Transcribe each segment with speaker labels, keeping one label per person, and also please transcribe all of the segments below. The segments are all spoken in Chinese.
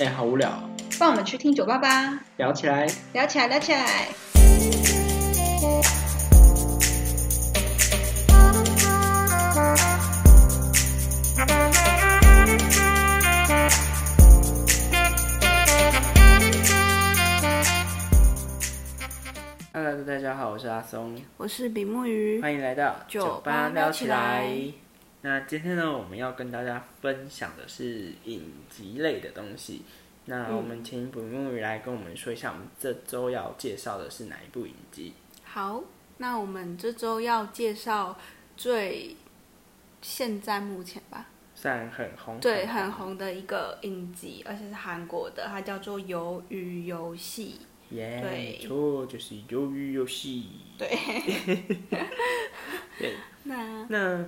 Speaker 1: 哎、好无聊，
Speaker 2: 帮我们去听九八八，
Speaker 1: 聊起来。
Speaker 2: 聊起来，聊起来。
Speaker 1: Hello，大家好，我是阿松，
Speaker 3: 我是比目鱼，
Speaker 1: 欢迎来到
Speaker 3: 酒
Speaker 1: 吧
Speaker 3: 吧
Speaker 1: 聊
Speaker 3: 聊
Speaker 1: 起
Speaker 3: 起
Speaker 1: 来
Speaker 3: 来。
Speaker 1: 那今天呢，我们要跟大家分享的是影集类的东西。
Speaker 3: 嗯
Speaker 1: 那我们请本木鱼来跟我们说一下，我们这周要介绍的是哪一部影集？
Speaker 3: 好，那我们这周要介绍最现在目前吧，
Speaker 1: 虽然很红，
Speaker 3: 对，很。红的一个影集，而且是韩国的，它叫做《鱿鱼游戏
Speaker 1: 耶、
Speaker 3: 对
Speaker 1: 没错，就是《鱿鱼游戏》。》。
Speaker 3: 对，
Speaker 1: 对，
Speaker 3: 那
Speaker 1: 那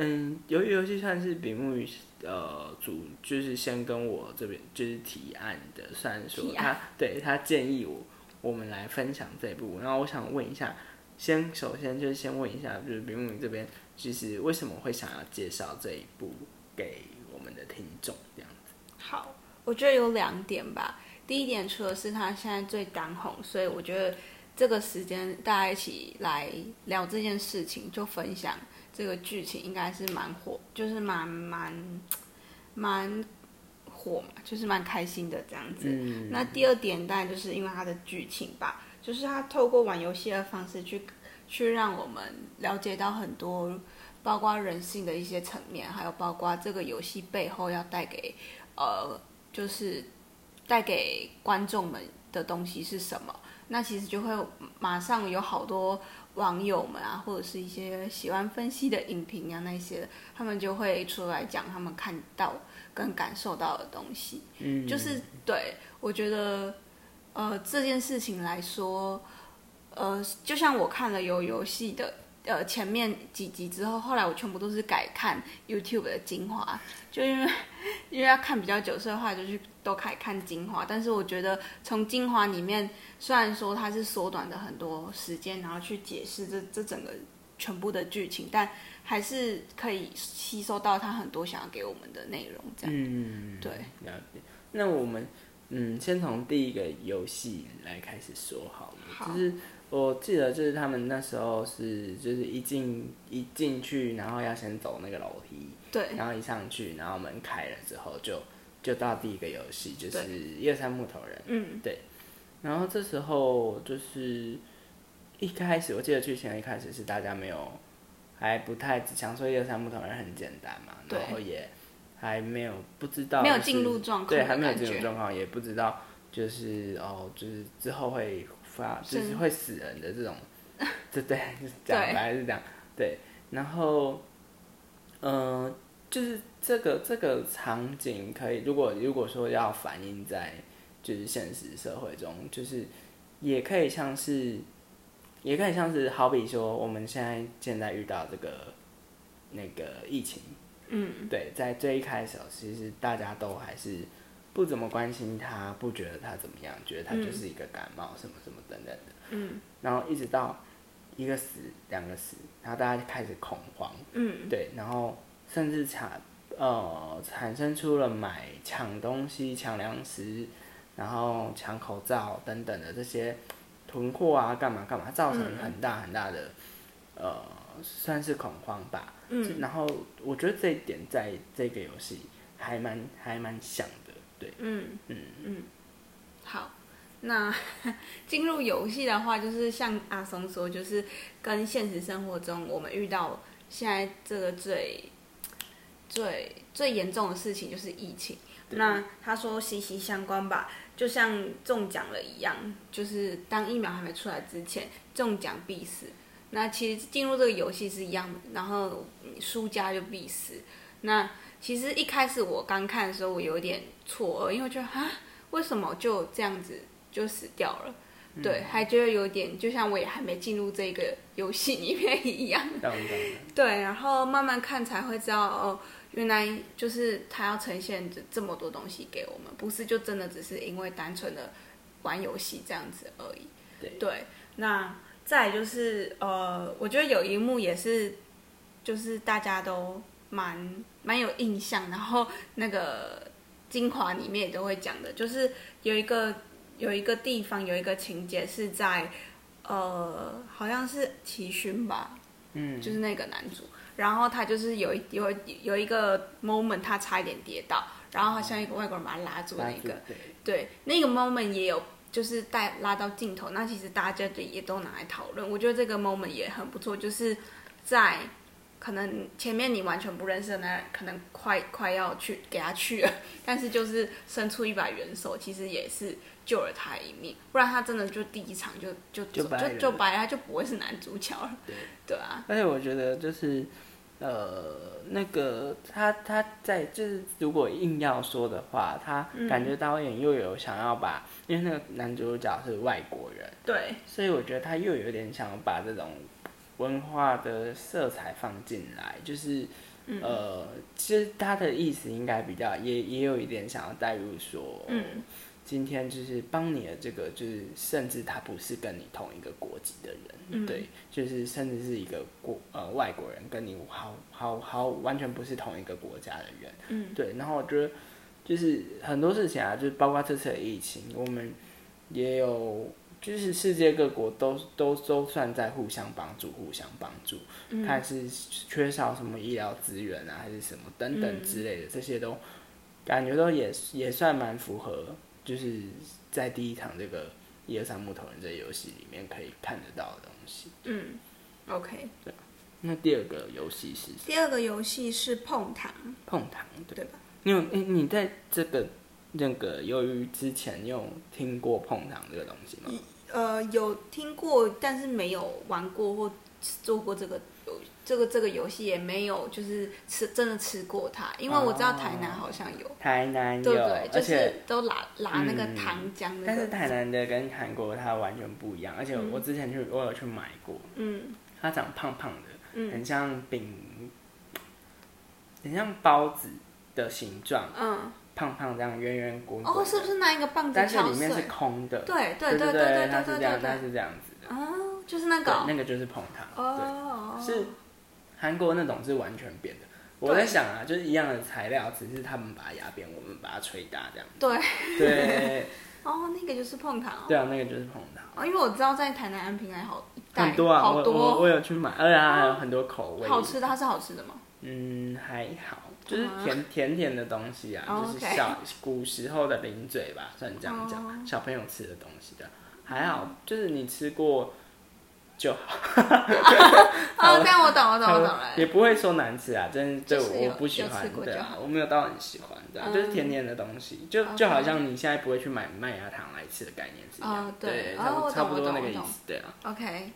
Speaker 1: 嗯，由于游戏算是比目鱼呃组，就是先跟我这边就是提案的，虽然说
Speaker 3: 提案
Speaker 1: 他对他建议我我们来分享这部，然后我想问一下，先首先就是先问一下，就是比目鱼这边就是为什么会想要介绍这一部给我们的听众这样子？
Speaker 3: 好，我觉得有两点吧。第一点，除了是它现在最当红，所以我觉得这个时间大家一起来聊这件事情，就分享这个剧情，应该是蛮火，就是蛮蛮蛮火嘛，就是蛮开心的这样子。
Speaker 1: 嗯，
Speaker 3: 那第二点当然就是因为它的剧情吧，就是它透过玩游戏的方式去去让我们了解到很多，包括人性的一些层面，还有包括这个游戏背后要带给呃，就是带给观众们的东西是什么。那其实就会马上有好多网友们啊，或者是一些喜欢分析的影评啊那一些的，他们就会出来讲他们看到跟感受到的东西。
Speaker 1: 嗯
Speaker 3: 就是对我觉得，呃，这件事情来说，呃，就像我看了有游戏的。呃，前面几集之后，后来我全部都是改看 YouTube 的精华，就因为因为要看比较久，所以后来就去都改看精华。但是我觉得从精华里面，虽然说它是缩短的很多时间，然后去解释这这整个全部的剧情，但还是可以吸收到它很多想要给我们的内容。这样、
Speaker 1: 嗯，
Speaker 3: 对，
Speaker 1: 了解。那我们嗯，先从第一个游戏来开始说好了。
Speaker 3: 好
Speaker 1: 就是我记得，就是他们那时候是，就是一进一进去，然后要先走那个楼梯，
Speaker 3: 对，
Speaker 1: 然后一上去，然后门开了之后就，就到第一个游戏，就是一二三木头人。
Speaker 3: 嗯。
Speaker 1: 然后这时候就是一开始，我记得剧情的一开始是大家没有还不太想说一二三木头人很简单嘛，
Speaker 3: 对
Speaker 1: 然后也还没有不知道
Speaker 3: 没有
Speaker 1: 是
Speaker 3: 进入状况
Speaker 1: 对，
Speaker 3: 的
Speaker 1: 还没有
Speaker 3: 感
Speaker 1: 进入
Speaker 3: 觉
Speaker 1: 状况，也不知道就是哦，就是之后会发就是
Speaker 3: 是
Speaker 1: 会死人的这种，对 对，就是讲白是这样，对，然后嗯、呃就是这个这个场景可以，如果如果说要反映在就是现实社会中，就是也可以像是，也可以像是，好比说我们现在现在遇到这个那个疫情，嗯，对，在最一开始哦，其实大家都还是不怎么关心他，不觉得他怎么样，觉得他就是一个感冒什么什么等等的，嗯，然后一直到一个死，两个死，然后大家就开始恐慌，嗯，对，然后甚至产呃产生出了买抢东西、抢粮食，然后抢口罩等等的这些囤货啊，干嘛干嘛，造成很大很大的、呃算是恐慌吧。嗯，然后我觉得这一点在这个游戏还蛮还蛮像的，对，
Speaker 3: 嗯嗯嗯，好，那 进入游戏的话，就是像阿松说，就是跟现实生活中我们遇到现在这个最最最严重的事情就是疫情。那他说息息相关吧，就像中奖了一样，就是当疫苗还没出来之前，中奖必死。那其实进入这个游戏是一样的，然后嗯输家就必死。那其实一开始我刚看的时候，我有点错愕，因为我觉得啊，为什么就这样子就死掉了？对，还觉得有点，就像我也还没进入这个游戏里面一样。
Speaker 1: 当然当然
Speaker 3: 对，然后慢慢看才会知道哦，原来就是他要呈现这这么多东西给我们，不是就真的只是因为单纯的玩游戏这样子而已。
Speaker 1: 对
Speaker 3: 那再来就是呃，我觉得有一幕也是，就是大家都蛮蛮有印象，然后那个精华里面也都会讲的，就是有一个有一个地方有一个情节是在呃，好像是齐勋吧，
Speaker 1: 嗯，
Speaker 3: 就是那个男主，然后他就是有一有有一个 moment 他差一点跌倒，然后好像一个外国人把他拉住
Speaker 1: 拉
Speaker 3: 那
Speaker 1: 住
Speaker 3: 个，
Speaker 1: 对，
Speaker 3: 对，那个 moment 也有就是带拉到镜头，那其实大家就也都拿来讨论。我觉得这个 moment 也很不错，就是在可能前面你完全不认识的那人，可能快快要去给他去了，但是就是伸出一把援手，其实也是救了他一命，不然他真的就第一场就就
Speaker 1: 就
Speaker 3: 走
Speaker 1: 掰
Speaker 3: 就
Speaker 1: 了
Speaker 3: 就白，他就不会是男主角了。
Speaker 1: 对
Speaker 3: 对啊，
Speaker 1: 而且我觉得就是，呃，那个他他在就是如果硬要说的话，他
Speaker 3: 嗯
Speaker 1: 感觉导演又有想要把，因为那个男主角是外国人，
Speaker 3: 对
Speaker 1: 所以我觉得他又有点想把这种文化的色彩放进来，就是。
Speaker 3: 嗯
Speaker 1: 呃，其实他的意思应该比较也也有一点想要带入说，
Speaker 3: 嗯，
Speaker 1: 今天就是帮你的这个，就是甚至他不是跟你同一个国籍的人，
Speaker 3: 嗯
Speaker 1: 对，就是甚至是一个国呃外国人，跟你好好好完全不是同一个国家的人，
Speaker 3: 嗯，
Speaker 1: 对。然后我觉得就是很多事情啊，就是包括这次的疫情，我们也有就是世界各国都都都算在互相帮助，互相帮助。
Speaker 3: 嗯
Speaker 1: 看是缺少什么医疗资源啊，还是什么等等之类的，这些都感觉都也也算蛮符合，就是在第一场这个一二三木头人这游戏里面可以看得到的东西。
Speaker 3: 嗯，OK。
Speaker 1: 那第二个游戏是
Speaker 3: 第二个游戏是碰糖，
Speaker 1: 碰糖，对
Speaker 3: 对吧？
Speaker 1: 你有哎你你在这个那个由于之前你有听过碰糖这个东西吗？
Speaker 3: 呃，有听过，但是没有玩过或做过这个游这个这个游戏，也没有就是吃真的吃过它，因为我知道台南好像有，
Speaker 1: 台南哦有，
Speaker 3: 对不对？就
Speaker 1: 而且嗯
Speaker 3: 是都拿拿那个糖浆那个，
Speaker 1: 但是台南的跟韩国它完全不一样，而且我之前去我有去买过，
Speaker 3: 嗯
Speaker 1: 它长胖胖的，
Speaker 3: 嗯
Speaker 1: 很像饼，很像包子的形状，
Speaker 3: 嗯，
Speaker 1: 胖胖这样圆圆滚滚的。
Speaker 3: 哦，是不是那一个棒子
Speaker 1: 但是
Speaker 3: 敲
Speaker 1: 里面是
Speaker 3: 碎？
Speaker 1: 空的。
Speaker 3: 对
Speaker 1: 对对
Speaker 3: 对对对
Speaker 1: 它
Speaker 3: 对
Speaker 1: 是
Speaker 3: 对
Speaker 1: 这样
Speaker 3: 对，
Speaker 1: 它
Speaker 3: 对，
Speaker 1: 是这样子的。
Speaker 3: 哦，就是那个
Speaker 1: 对，
Speaker 3: 哦
Speaker 1: 那个就是捧糖。
Speaker 3: 哦，
Speaker 1: 对，是韩国那种是完全扁的。我在想啊，就是一样的材料，只是他们把它压扁，我们把它吹大这样。
Speaker 3: 对，
Speaker 1: 对，
Speaker 3: 哦，那个就是碰糖
Speaker 1: 对
Speaker 3: 哦，
Speaker 1: 啊，那个就是捧糖。
Speaker 3: 哦，因为我知道在台南安平还好一袋
Speaker 1: 很多啊，
Speaker 3: 好
Speaker 1: 我我我
Speaker 3: 多嗯
Speaker 1: 有去买，而且它还有很多口味。
Speaker 3: 好吃的，它是好吃的吗？
Speaker 1: 嗯，还好，就是
Speaker 3: 啊
Speaker 1: 甜甜甜的东西啊，
Speaker 3: 哦
Speaker 1: 就是
Speaker 3: OK
Speaker 1: 小古时候的零嘴吧，算这样讲，
Speaker 3: 哦
Speaker 1: 小朋友吃的东西的，还好，就是你吃过就好，
Speaker 3: 哦，但我懂我懂我懂了。
Speaker 1: 也不会说难吃啊，真
Speaker 3: 就
Speaker 1: 就是
Speaker 3: 有
Speaker 1: 我不喜
Speaker 3: 有吃
Speaker 1: 欢
Speaker 3: 过
Speaker 1: 对
Speaker 3: 就
Speaker 1: 啊
Speaker 3: 好，嗯哦
Speaker 1: 我没有到很喜欢的、啊，就是甜甜的东西，就
Speaker 3: OK
Speaker 1: 就好像你现在不会去买麦芽糖来吃的概念是一样
Speaker 3: 哦，
Speaker 1: 对，
Speaker 3: 对
Speaker 1: 差不
Speaker 3: 哦我
Speaker 1: 多
Speaker 3: 懂
Speaker 1: 差不
Speaker 3: 我
Speaker 1: 多
Speaker 3: 懂
Speaker 1: 那个
Speaker 3: 我
Speaker 1: 意
Speaker 3: 懂嗯
Speaker 1: 思，对啊，
Speaker 3: OK，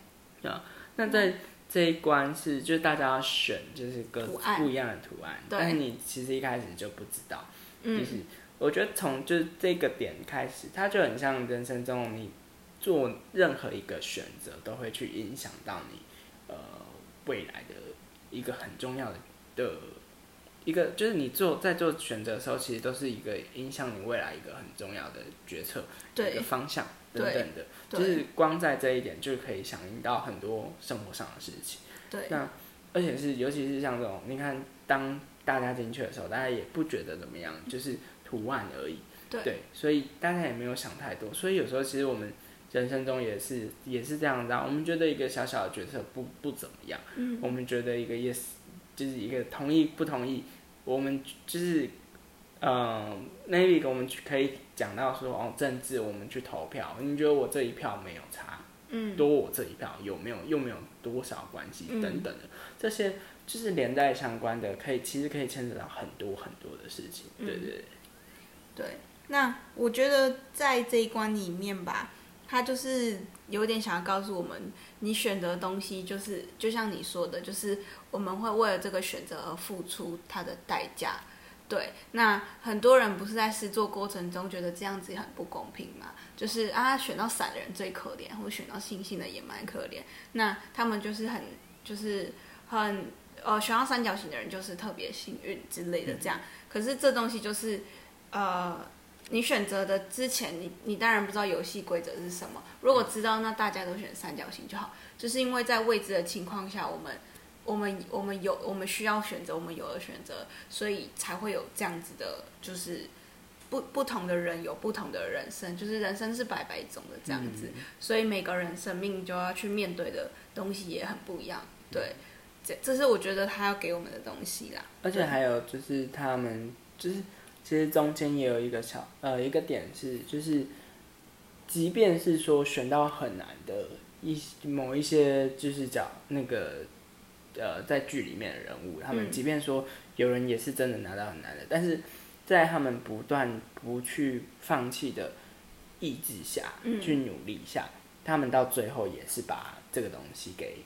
Speaker 1: 那在这一关是，就是大家要选，就是各
Speaker 3: 图
Speaker 1: 自
Speaker 3: 案
Speaker 1: 不一样的图案，
Speaker 3: 对
Speaker 1: 但是你其实一开始就不知道，就
Speaker 3: 嗯
Speaker 1: 是我觉得从就是这个点开始，它就很像人生中你做任何一个选择都会去影响到你呃未来的一个很重要的的一个，就是你做在做选择的时候，其实都是一个影响你未来一个很重要的决策，一
Speaker 3: 对
Speaker 1: 个方向等
Speaker 3: 对
Speaker 1: 等的，
Speaker 3: 对
Speaker 1: 就是光在这一点就可以响应到很多生活上的事情。
Speaker 3: 对
Speaker 1: 那而且是尤其是像这种，你看当大家进去的时候，大家也不觉得怎么样，就是图案而已。
Speaker 3: 对
Speaker 1: 所以大家也没有想太多。所以有时候其实我们人生中也是也是这样子、啊，我们觉得一个小小的决策不不怎么样，
Speaker 3: 嗯
Speaker 1: 我们觉得一个 yes 就是一个同意不同意，我们就是。嗯，maybe 我们可以讲到说哦，政治我们去投票，你觉得我这一票没有差，
Speaker 3: 嗯
Speaker 1: 多我这一票有没有又没有多少关系
Speaker 3: 嗯
Speaker 1: 等等的，这些就是连带相关的，可以其实可以牵扯到很多很多的事情，
Speaker 3: 嗯
Speaker 1: 对对对，
Speaker 3: 对。那我觉得在这一关里面吧，他就是有点想要告诉我们，你选择的东西就是就像你说的，就是我们会为了这个选择而付出它的代价。对，那很多人不是在试做过程中觉得这样子很不公平嘛？就是啊，选到散人最可怜，或者选到星星的也蛮可怜。那他们就是很就是很呃，选到三角形的人就是特别幸运之类的这样。可是这东西就是呃，你选择的之前，你你当然不知道游戏规则是什么。如果知道，那大家都选三角形就好。就是因为在未知的情况下，我们我们我们有我们需要选择，我们有了选择，所以才会有这样子的，就是不不同的人有不同的人生，就是人生是百百种的这样子，所以每个人生命就要去面对的东西也很不一样。对，这这是我觉得他要给我们的东西啦。
Speaker 1: 而且还有就是他们就是其实中间也有一个小呃一个点是就是，即便是说选到很难的一某一些就是讲那个呃在剧里面的人物，他们
Speaker 3: 嗯
Speaker 1: 即便说有人也是真的拿到很难的，但是在他们不断不去放弃的意志下，
Speaker 3: 嗯
Speaker 1: 去努力下，他们到最后也是把这个东西给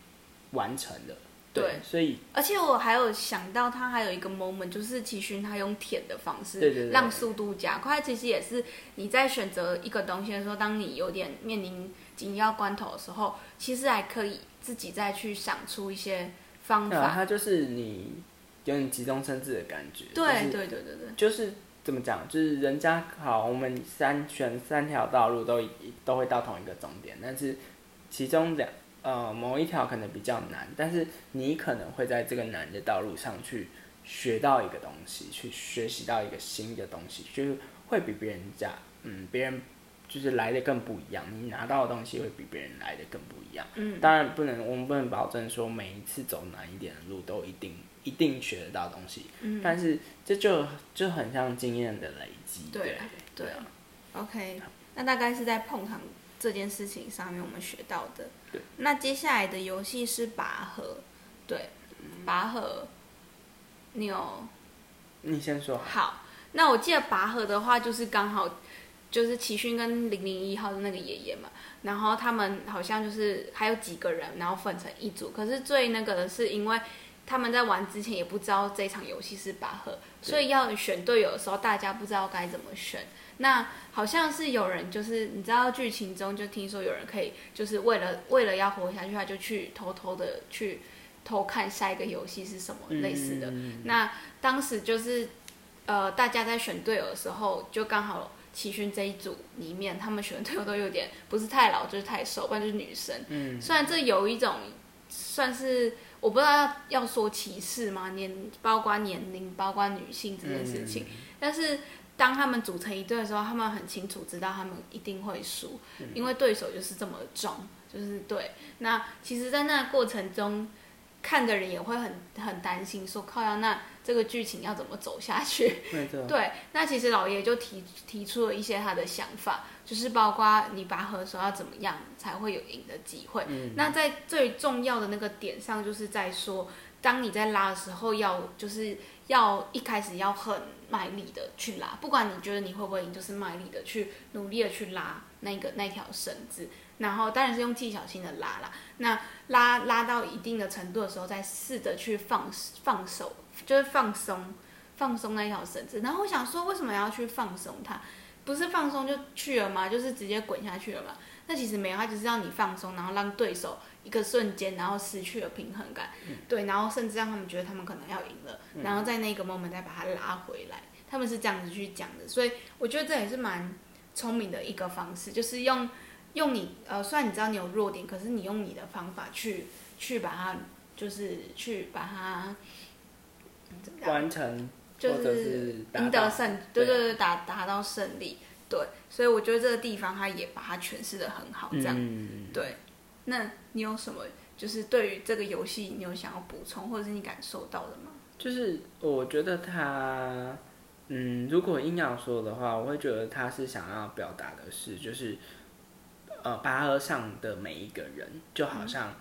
Speaker 1: 完成了。
Speaker 3: 对
Speaker 1: 所以
Speaker 3: 而且我还有想到，他还有一个 moment，就是齐勋他用舔的方式，
Speaker 1: 对对对
Speaker 3: 让速度加快。其实也是你在选择一个东西的时候，当你有点面临紧要关头的时候，其实还可以自己再去想出一些方
Speaker 1: 对啊，
Speaker 3: 法。
Speaker 1: 它就是你有点急中生智的感觉。
Speaker 3: 对
Speaker 1: 就是
Speaker 3: 对对对对，
Speaker 1: 就是怎么讲，就是人家好，我们三选三条道路都一都会到同一个终点，但是其中两呃某一条可能比较难，但是你可能会在这个难的道路上去学到一个东西，去学习到一个新的东西，就是会比别人家嗯别人就是来的更不一样，你拿到的东西会比别人来的更不一样。
Speaker 3: 嗯，
Speaker 1: 当然不能，我们不能保证说每一次走难一点的路都一定一定学得到东西，
Speaker 3: 嗯
Speaker 1: 但是这就就很像经验的累积，
Speaker 3: 对
Speaker 1: 对
Speaker 3: 啊对啊。OK，那大概是在碰糖这件事情上面我们学到的。
Speaker 1: 对。
Speaker 3: 那接下来的游戏是拔河，对，拔河，你有
Speaker 1: 你先说，
Speaker 3: 好，那我记得拔河的话，就是刚好就是齐勋跟零零一号的那个爷爷嘛，然后他们好像就是还有几个人，然后分成一组。可是最那个的是因为他们在玩之前也不知道这场游戏是拔河，
Speaker 1: 对
Speaker 3: 所以要选队友的时候，大家不知道该怎么选。那好像是有人，就是你知道剧情中就听说有人可以，就是为了为了要活下去，他就去偷偷的去偷看下一个游戏是什么类似的。
Speaker 1: 嗯
Speaker 3: 那当时就是，呃，大家在选队友的时候，就刚好齐勋这一组里面，他们选的队友都有点不是太老就是太瘦，不然就是女生。
Speaker 1: 嗯，
Speaker 3: 虽然这有一种算是我不知道要要说歧视吗？年包括年龄，包括女性这件
Speaker 1: 嗯
Speaker 3: 事情，但是。当他们组成一队的时候，他们很清楚知道他们一定会输，因为对手就是这么重，就是对。那其实，在那个过程中，看的人也会很很担心，说靠呀，那这个剧情要怎么走下去？
Speaker 1: 没错，
Speaker 3: 对，那其实老爷就提提出了一些他的想法，就是包括你拔河的时候要怎么样才会有赢的机会。
Speaker 1: 嗯
Speaker 3: 那在最重要的那个点上，就是在说，当你在拉的时候要，就是要一开始要很卖力的去拉，不管你觉得你会不会赢，就是卖力的去努力的去拉那个那条绳子，然后当然是用技巧性的拉啦。那拉拉到一定的程度的时候，再试着去放放手，就是放松放松那一条绳子。然后我想说，为什么要去放松它？不是放松就去了吗？就是直接滚下去了吗？那其实没有，它就是让你放松，然后让对手一个瞬间，然后失去了平衡感，对，然后甚至让他们觉得他们可能要赢了，
Speaker 1: 嗯
Speaker 3: 然后在那个 moment 再把它拉回来，他们是这样子去讲的，所以我觉得这也是蛮聪明的一个方式，就是用用你呃，虽然你知道你有弱点，可是你用你的方法去去把它，就是去把它嗯怎么讲？
Speaker 1: 完成
Speaker 3: 就
Speaker 1: 或者是达到
Speaker 3: 赢得胜，对
Speaker 1: 对
Speaker 3: 对对，达达到胜利，对，所以我觉得这个地方他也把它诠释的很好，这样。
Speaker 1: 嗯，
Speaker 3: 对，那你有什么就是对于这个游戏你有想要补充，或者是你感受到的吗？
Speaker 1: 就是我觉得他，嗯，如果硬要说的话，我会觉得他是想要表达的是，就是，呃，拔河上的每一个人，就好像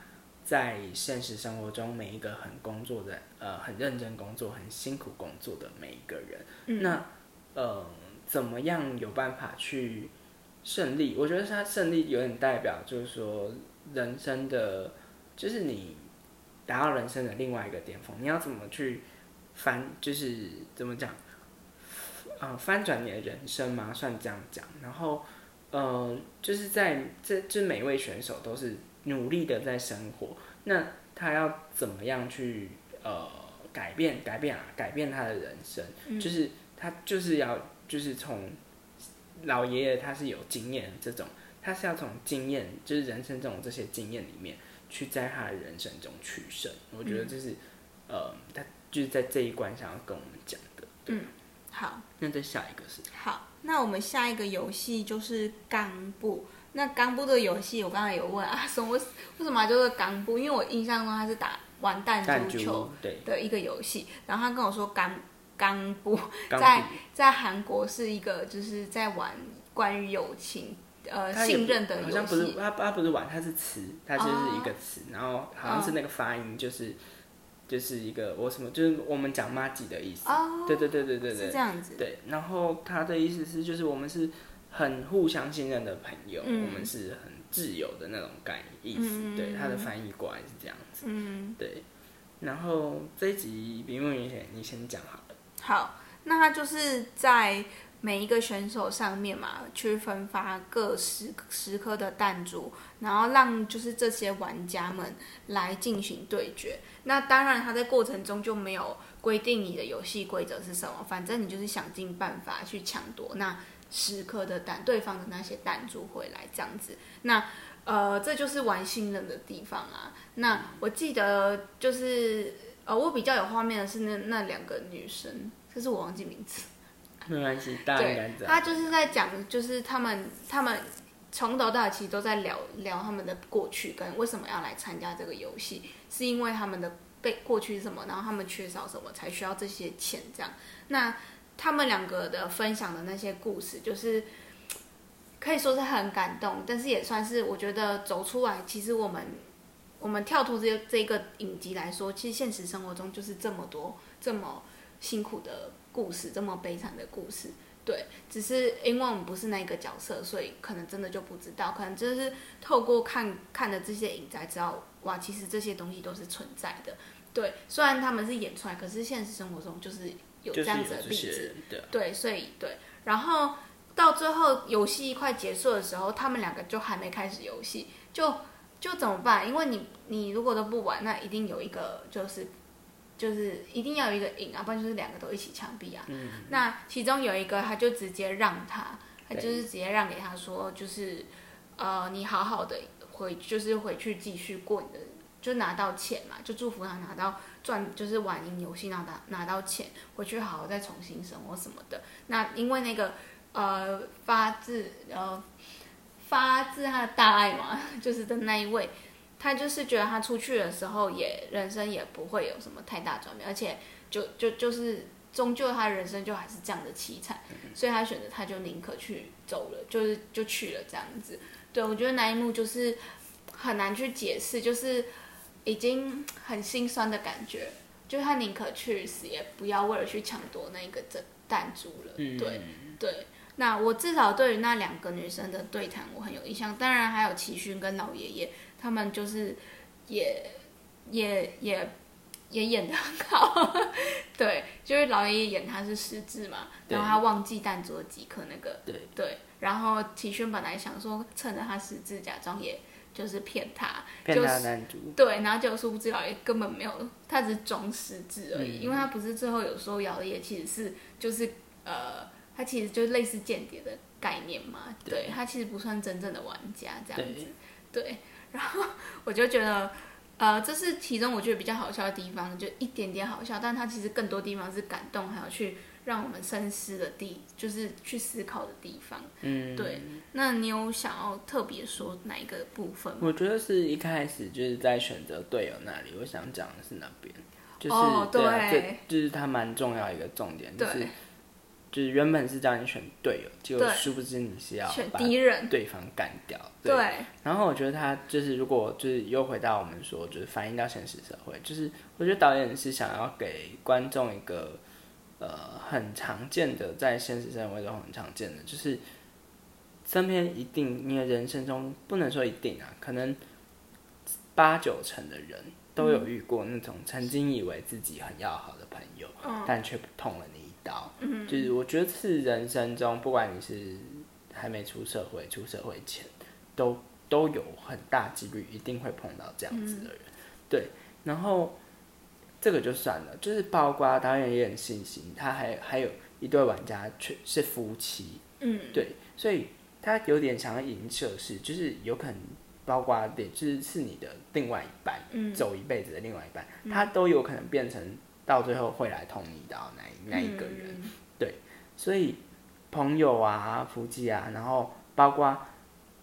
Speaker 1: 在现实生活中每一个很工作的，呃，很认真工作、很辛苦工作的每一个人，
Speaker 3: 嗯
Speaker 1: 那呃，怎么样有办法去胜利？我觉得他胜利有点代表，就是说人生的，就是你达到人生的另外一个巅峰，你要怎么去翻，就是怎么讲，呃，翻转你的人生嘛，算这样讲。然后，呃，就是在这这每位选手都是努力的在生活，那他要怎么样去呃改变改变啊改变他的人生？
Speaker 3: 嗯
Speaker 1: 就是他就是要就是从老爷爷他是有经验这种，他是要从经验就是人生这种这些经验里面去在他的人生中取胜。我觉得这是、呃他就是在这一关想要跟我们讲的。
Speaker 3: 好，
Speaker 1: 那再下一个是
Speaker 3: 好，那我们下一个游戏就是钢步。那钢步的游戏，我刚才有问阿松，为为什么它叫做钢步？因为我印象中他是打玩弹
Speaker 1: 弹
Speaker 3: 珠
Speaker 1: 珠
Speaker 3: 球
Speaker 1: 对，
Speaker 3: 的一个游戏，然后他跟我说钢钢步
Speaker 1: 钢
Speaker 3: 在
Speaker 1: 笔
Speaker 3: 在韩国是一个就是在玩关于友情呃
Speaker 1: 它也
Speaker 3: 信
Speaker 1: 不
Speaker 3: 任的
Speaker 1: 好
Speaker 3: 游
Speaker 1: 像不是
Speaker 3: 戏，
Speaker 1: 它它不是碗，它是词，它就是一个词，然后好像是
Speaker 3: 哦
Speaker 1: 那个发音就是就是一个我什么就是我们讲妈吉的意思，
Speaker 3: 哦
Speaker 1: 对对对对对
Speaker 3: 是
Speaker 1: 对
Speaker 3: 这样子。
Speaker 1: 对，然后他的意思是就是我们是很互相信任的朋友，
Speaker 3: 嗯
Speaker 1: 我们是很挚友的那种概意思，
Speaker 3: 嗯
Speaker 1: 对，他的翻译过来是这样子，
Speaker 3: 嗯，
Speaker 1: 对，然后这一集比目鱼先你先讲好了，
Speaker 3: 好，那它就是在每一个选手上面嘛，去分发各十十颗的弹珠，然后让就是这些玩家们来进行对决。那当然，它在过程中就没有规定你的游戏规则是什么，反正你就是想尽办法去抢夺那十颗的弹，对方的那些弹珠回来这样子。那呃，这就是玩信任的地方啊。那我记得就是呃，我比较有画面的是那那两个女生，可是我忘记名字。
Speaker 1: 没关系，大家应该知道
Speaker 3: 他，就是在讲，就是他们他们从头到尾其实都在聊聊他们的过去跟为什么要来参加这个游戏，是因为他们的被过去是什么，然后他们缺少什么才需要这些钱这样。那他们两个的分享的那些故事，就是可以说是很感动，但是也算是我觉得走出来，其实我们。我们跳脱这这个影集来说，其实现实生活中就是这么多这么辛苦的故事，这么悲惨的故事。对，只是因为我们不是那个角色，所以可能真的就不知道，可能就是透过看看的这些影才知道，哇，其实这些东西都是存在的。对，虽然他们是演出来，可是现实生活中就是有
Speaker 1: 就
Speaker 3: 这
Speaker 1: 是有
Speaker 3: 样子的
Speaker 1: 这
Speaker 3: 例
Speaker 1: 些
Speaker 3: 子。
Speaker 1: 人，对啊，
Speaker 3: 对，所以对，然后到最后游戏快结束的时候，他们两个就还没开始游戏，就就怎么办？因为你你如果都不玩，那一定有一个就是就是一定要有一个赢啊，不然就是两个都一起枪毙啊。
Speaker 1: 嗯。
Speaker 3: 那其中有一个他就直接让他，他
Speaker 1: 对
Speaker 3: 就是直接让给他说，就是呃，你好好的回，就是回去继续过你的，就拿到钱嘛，就祝福他拿到赚，就是玩赢游戏拿到拿到钱，回去好好再重新生活什么的。那因为那个呃发自呃发自他的大爱嘛， 就是的那一位。他就是觉得他出去的时候也人生也不会有什么太大转变，而且就就就是终究他人生就还是这样的凄惨，所以他选择他就宁可去走了，就是就去了这样子。对我觉得那一幕就是很难去解释，就是已经很心酸的感觉，就是他宁可去死，也不要为了去抢夺那个这弹珠了。
Speaker 1: 嗯
Speaker 3: 对对，那我至少对于那两个女生的对谈我很有印象，当然还有齐勋跟老爷爷，他们就是也也也也演的很好， 对，就是老爷爷演他是失智嘛，
Speaker 1: 对
Speaker 3: 然后他忘记弹珠了几颗那个，
Speaker 1: 对
Speaker 3: 对，然后齐勋本来想说趁着他失智假装也就是骗他，
Speaker 1: 变
Speaker 3: 就
Speaker 1: 大
Speaker 3: 是
Speaker 1: 男主，
Speaker 3: 对，然后结果殊不知老爷根本没有，他只是装失智而已，
Speaker 1: 嗯
Speaker 3: 因为他不是最后有说老爷其实是就是呃，他其实就是类似间谍的概念嘛，对
Speaker 1: 对
Speaker 3: 他其实不算真正的玩家这样子
Speaker 1: 对，
Speaker 3: 对，然后我就觉得。呃，这是其中我觉得比较好笑的地方，就一点点好笑，但它其实更多地方是感动，还有去让我们深思的地，就是去思考的地方。
Speaker 1: 嗯，
Speaker 3: 对，那你有想要特别说哪一个部分吗？
Speaker 1: 我觉得是一开始就是在选择队友那里，我想讲的是那边，就是、
Speaker 3: 哦
Speaker 1: 对啊，
Speaker 3: 对
Speaker 1: 这就是它蛮重要一个重点，就是
Speaker 3: 对
Speaker 1: 就是原本是叫你选队友，结果
Speaker 3: 对
Speaker 1: 殊不知你是要
Speaker 3: 选
Speaker 1: 把
Speaker 3: 敌人，
Speaker 1: 对方干掉，对。
Speaker 3: 对，
Speaker 1: 然后我觉得他就是如果就是又回到我们说，就是反映到现实社会，就是我觉得导演是想要给观众一个呃很常见的，在现实生活中很常见的，就是身边一定你的人生中不能说一定啊，可能八九成的人都有遇过那种曾经以为自己很要好的朋友，但却捅了你一刀。嗯，就是我觉得是人生中，不管你是还没出社会、出社会前，都都有很大几率一定会碰到这样子的人。对，然后这个就算了，就是包括导演也很细心，他还还有一对玩家却是夫妻，
Speaker 3: 嗯，
Speaker 1: 对，所以他有点想要影射是，就是有可能包括点就是是你的另外一半，
Speaker 3: 嗯
Speaker 1: 走一辈子的另外一半，他都有可能变成到最后会来捅你一刀那一那一个人，
Speaker 3: 嗯
Speaker 1: 所以朋友啊、福记啊，然后包括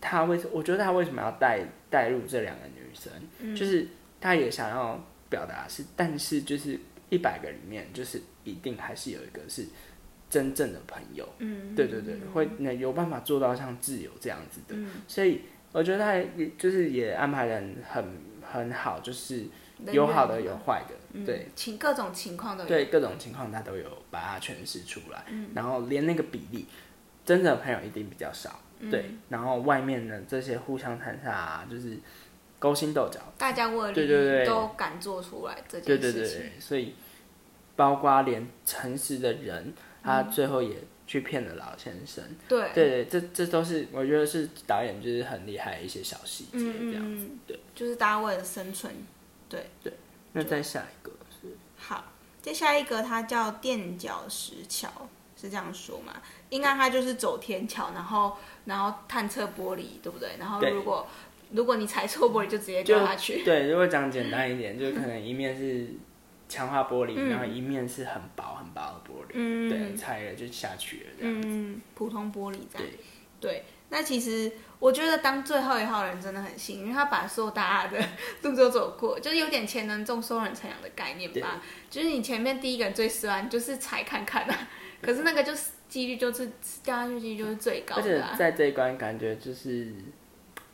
Speaker 1: 他为什，我觉得他为什么要带带入这两个女生，就是他也想要表达是，但是就是一百个里面，就是一定还是有一个是真正的朋友，
Speaker 3: 嗯，
Speaker 1: 对对对，会那有办法做到像挚友这样子的，
Speaker 3: 嗯，
Speaker 1: 所以我觉得他也就是也安排的很很好，就是
Speaker 3: 人
Speaker 1: 有
Speaker 3: 缘
Speaker 1: 好的有坏的，
Speaker 3: 嗯
Speaker 1: 对，
Speaker 3: 情各种情况都有，
Speaker 1: 对各种情况他都有把它诠释出来，
Speaker 3: 嗯
Speaker 1: 然后连那个比例，真正的朋友一定比较少，
Speaker 3: 嗯
Speaker 1: 对，然后外面的这些互相残杀啊，就是勾心斗角，
Speaker 3: 大家为了利益
Speaker 1: 对对对
Speaker 3: 都敢做出来这
Speaker 1: 对对
Speaker 3: 件事情，
Speaker 1: 对对，所以包括连诚实的人，他最后也去骗了老先生，
Speaker 3: 对
Speaker 1: 对对，这这都是我觉得是导演就是很厉害的一些小细节
Speaker 3: 嗯
Speaker 1: 这样。
Speaker 3: 嗯嗯，
Speaker 1: 对，
Speaker 3: 就是大家为了生存。
Speaker 1: 那再下一个是
Speaker 3: 好，接下来一个它叫垫脚石桥，是这样说嘛？应该它就是走天桥，然后然后探测玻璃，对不对？然后
Speaker 1: 对
Speaker 3: 如果如果你踩错玻璃，就直接
Speaker 1: 就
Speaker 3: 掉下去。
Speaker 1: 对，如果讲简单一点，就是可能一面是强化玻璃，
Speaker 3: 嗯
Speaker 1: 然后一面是很薄很薄的玻璃，
Speaker 3: 嗯
Speaker 1: 对，拆了就下去了这样。
Speaker 3: 嗯，普通玻璃这样。
Speaker 1: 对
Speaker 3: 对，那其实我觉得当最后一号人真的很幸运，因为他把所有大家的 路都走过，就是有点钱能中，收人乘凉的概念吧。就是你前面第一个人最失望，你就是踩看看啊，可是那个就是几率就是掉下去几率就是最高
Speaker 1: 而且
Speaker 3: 的、啊。
Speaker 1: 在这一关，感觉就是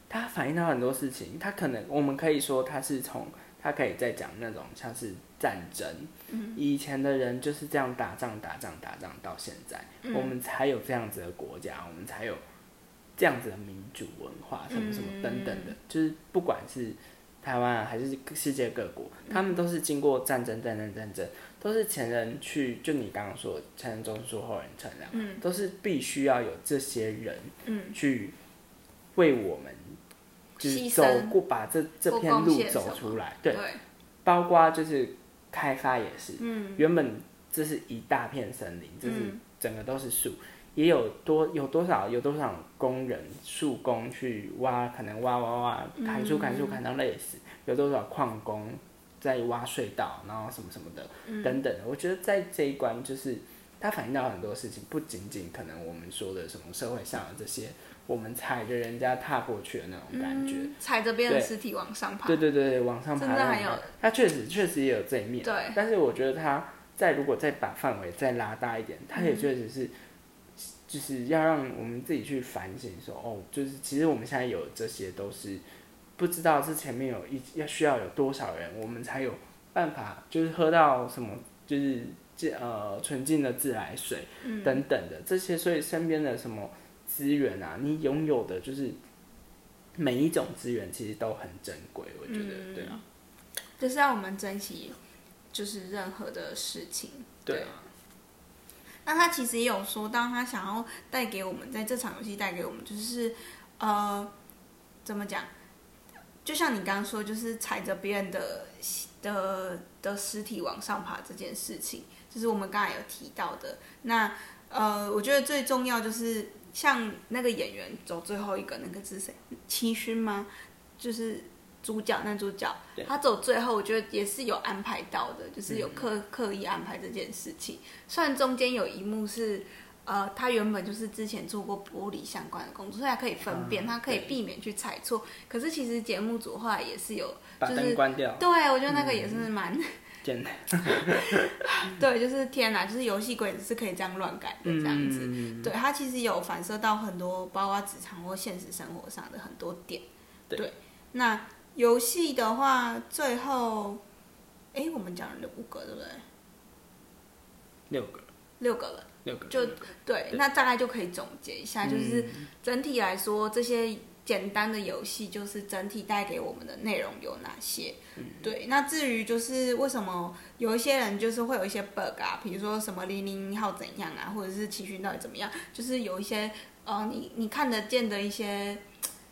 Speaker 1: 他反映到很多事情，他可能我们可以说他是从他可以再讲那种像是战争，
Speaker 3: 嗯
Speaker 1: 以前的人就是这样打仗打仗打仗到现在，
Speaker 3: 嗯
Speaker 1: 我们才有这样子的国家，我们才有这样子的民主文化，什么什么等等
Speaker 3: 嗯
Speaker 1: 的，就是不管是台湾啊还是世界各国，
Speaker 3: 嗯
Speaker 1: 他们都是经过战争战争战争，都是前人去，就你刚刚说的前人种树后人乘凉，
Speaker 3: 嗯
Speaker 1: 都是必须要有这些人
Speaker 3: 嗯
Speaker 1: 去为我们就是
Speaker 3: 牺
Speaker 1: 走
Speaker 3: 牲
Speaker 1: 过把这这
Speaker 3: 或
Speaker 1: 片
Speaker 3: 贡
Speaker 1: 路
Speaker 3: 献
Speaker 1: 走
Speaker 3: 什么
Speaker 1: 出来，对
Speaker 3: 对，，
Speaker 1: 包括就是开发也是，
Speaker 3: 嗯
Speaker 1: 原本这是一大片森林，这是
Speaker 3: 嗯
Speaker 1: 整个都是树，也有多有多少有多少工人树工去挖，可能挖挖挖
Speaker 3: 嗯
Speaker 1: 砍树砍树砍到累死，有多少矿工在挖隧道，然后什么什么的、
Speaker 3: 嗯
Speaker 1: 等等的。我觉得在这一关就是它反映到很多事情，不仅仅可能我们说的什么社会上的这些，我们踩着人家踏过去的那种感觉。
Speaker 3: 嗯踩着别人
Speaker 1: 对
Speaker 3: 尸体往上爬。
Speaker 1: 对对对，对往上爬
Speaker 3: 真的
Speaker 1: 让
Speaker 3: 很
Speaker 1: 你
Speaker 3: 有
Speaker 1: 看，它确实确实也有这一面。
Speaker 3: 对
Speaker 1: 但是我觉得它再如果再把范围再拉大一点，它也确实是，就是要让我们自己去反省说，哦，就是其实我们现在有这些都是不知道是前面有一要需要有多少人，我们才有办法就是喝到什么就是这呃纯净的自来水、
Speaker 3: 嗯
Speaker 1: 等等的这些，所以身边的什么资源啊，你拥有的就是每一种资源其实都很珍贵，我觉得、
Speaker 3: 嗯
Speaker 1: 对啊，
Speaker 3: 就是让我们珍惜，就是任何的事情。
Speaker 1: 对啊，
Speaker 3: 那他其实也有说到，他想要带给我们在这场游戏带给我们，就是呃，怎么讲？就像你刚刚说，就是踩着别人的的的尸体往上爬这件事情，就是我们刚才有提到的。那呃，我觉得最重要就是像那个演员走最后一个，那个是谁？七勋吗？就是主角男主角
Speaker 1: 对，嗯
Speaker 3: 他走最后，我觉得也是有安排到的，就是有刻、刻意安排这件事情。虽然中间有一幕是，呃，他原本就是之前做过玻璃相关的工作，所以他可以分辨，
Speaker 1: 嗯
Speaker 3: 他可以
Speaker 1: 对
Speaker 3: 避免去踩错。可是其实节目组后来也是有，
Speaker 1: 把
Speaker 3: 就是
Speaker 1: 灯关掉，
Speaker 3: 对我觉得那个也是蛮，
Speaker 1: 简单
Speaker 3: 对，就是天哪，就是游戏规则是可以这样乱改的这样子。
Speaker 1: 嗯
Speaker 3: 对，它其实有反射到很多，包括职场或现实生活上的很多点。
Speaker 1: 对
Speaker 3: 那游戏的话，最后，哎，我们讲了五个，对不对？
Speaker 1: 六个
Speaker 3: 六个了。
Speaker 1: 六个
Speaker 3: 就
Speaker 1: 六个
Speaker 3: 对，
Speaker 1: 对
Speaker 3: 那大概就可以总结一下，就是
Speaker 1: 嗯
Speaker 3: 整体来说，这些简单的游戏就是整体带给我们的内容有哪些？
Speaker 1: 嗯
Speaker 3: 对，那至于就是为什么有一些人就是会有一些 bug 啊，比如说什么零零一号怎样啊，或者是奇勋到底怎么样，就是有一些呃，你你看得见的一些。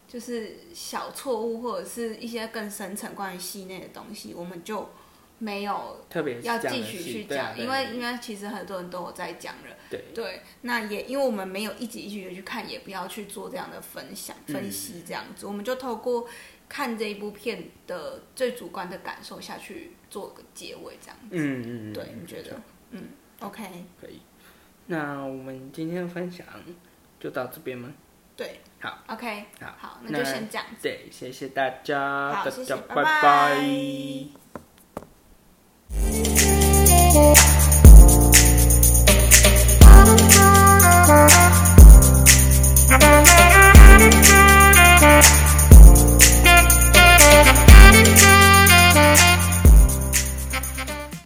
Speaker 3: 就是小错误或者是一些更深层关于戏内的东西，我们就没有
Speaker 1: 特别是
Speaker 3: 要
Speaker 1: 这样
Speaker 3: 继
Speaker 1: 的
Speaker 3: 续
Speaker 1: 戏
Speaker 3: 去
Speaker 1: 对啊
Speaker 3: 讲，
Speaker 1: 对
Speaker 3: 因为
Speaker 1: 对
Speaker 3: 因为其实很多人都有在讲了。
Speaker 1: 对
Speaker 3: 对，那也因为我们没有一集一集的去看，也不要去做这样的分享、
Speaker 1: 嗯
Speaker 3: 分析这样子，我们就透过看这一部片的最主观的感受下去做个结尾这样子。
Speaker 1: 嗯嗯嗯
Speaker 3: 对，
Speaker 1: 嗯
Speaker 3: 你觉
Speaker 1: 没
Speaker 3: 得
Speaker 1: 错？
Speaker 3: 嗯，OK，
Speaker 1: 可以？那我们今天的分享就到这边吗？
Speaker 3: 对，
Speaker 1: 好
Speaker 3: ，OK，
Speaker 1: 好
Speaker 3: 好，那就先这样。
Speaker 1: 对，谢谢大家，
Speaker 3: 好
Speaker 1: 大
Speaker 3: 谢谢
Speaker 1: 家
Speaker 3: 拜
Speaker 1: 拜
Speaker 3: 拜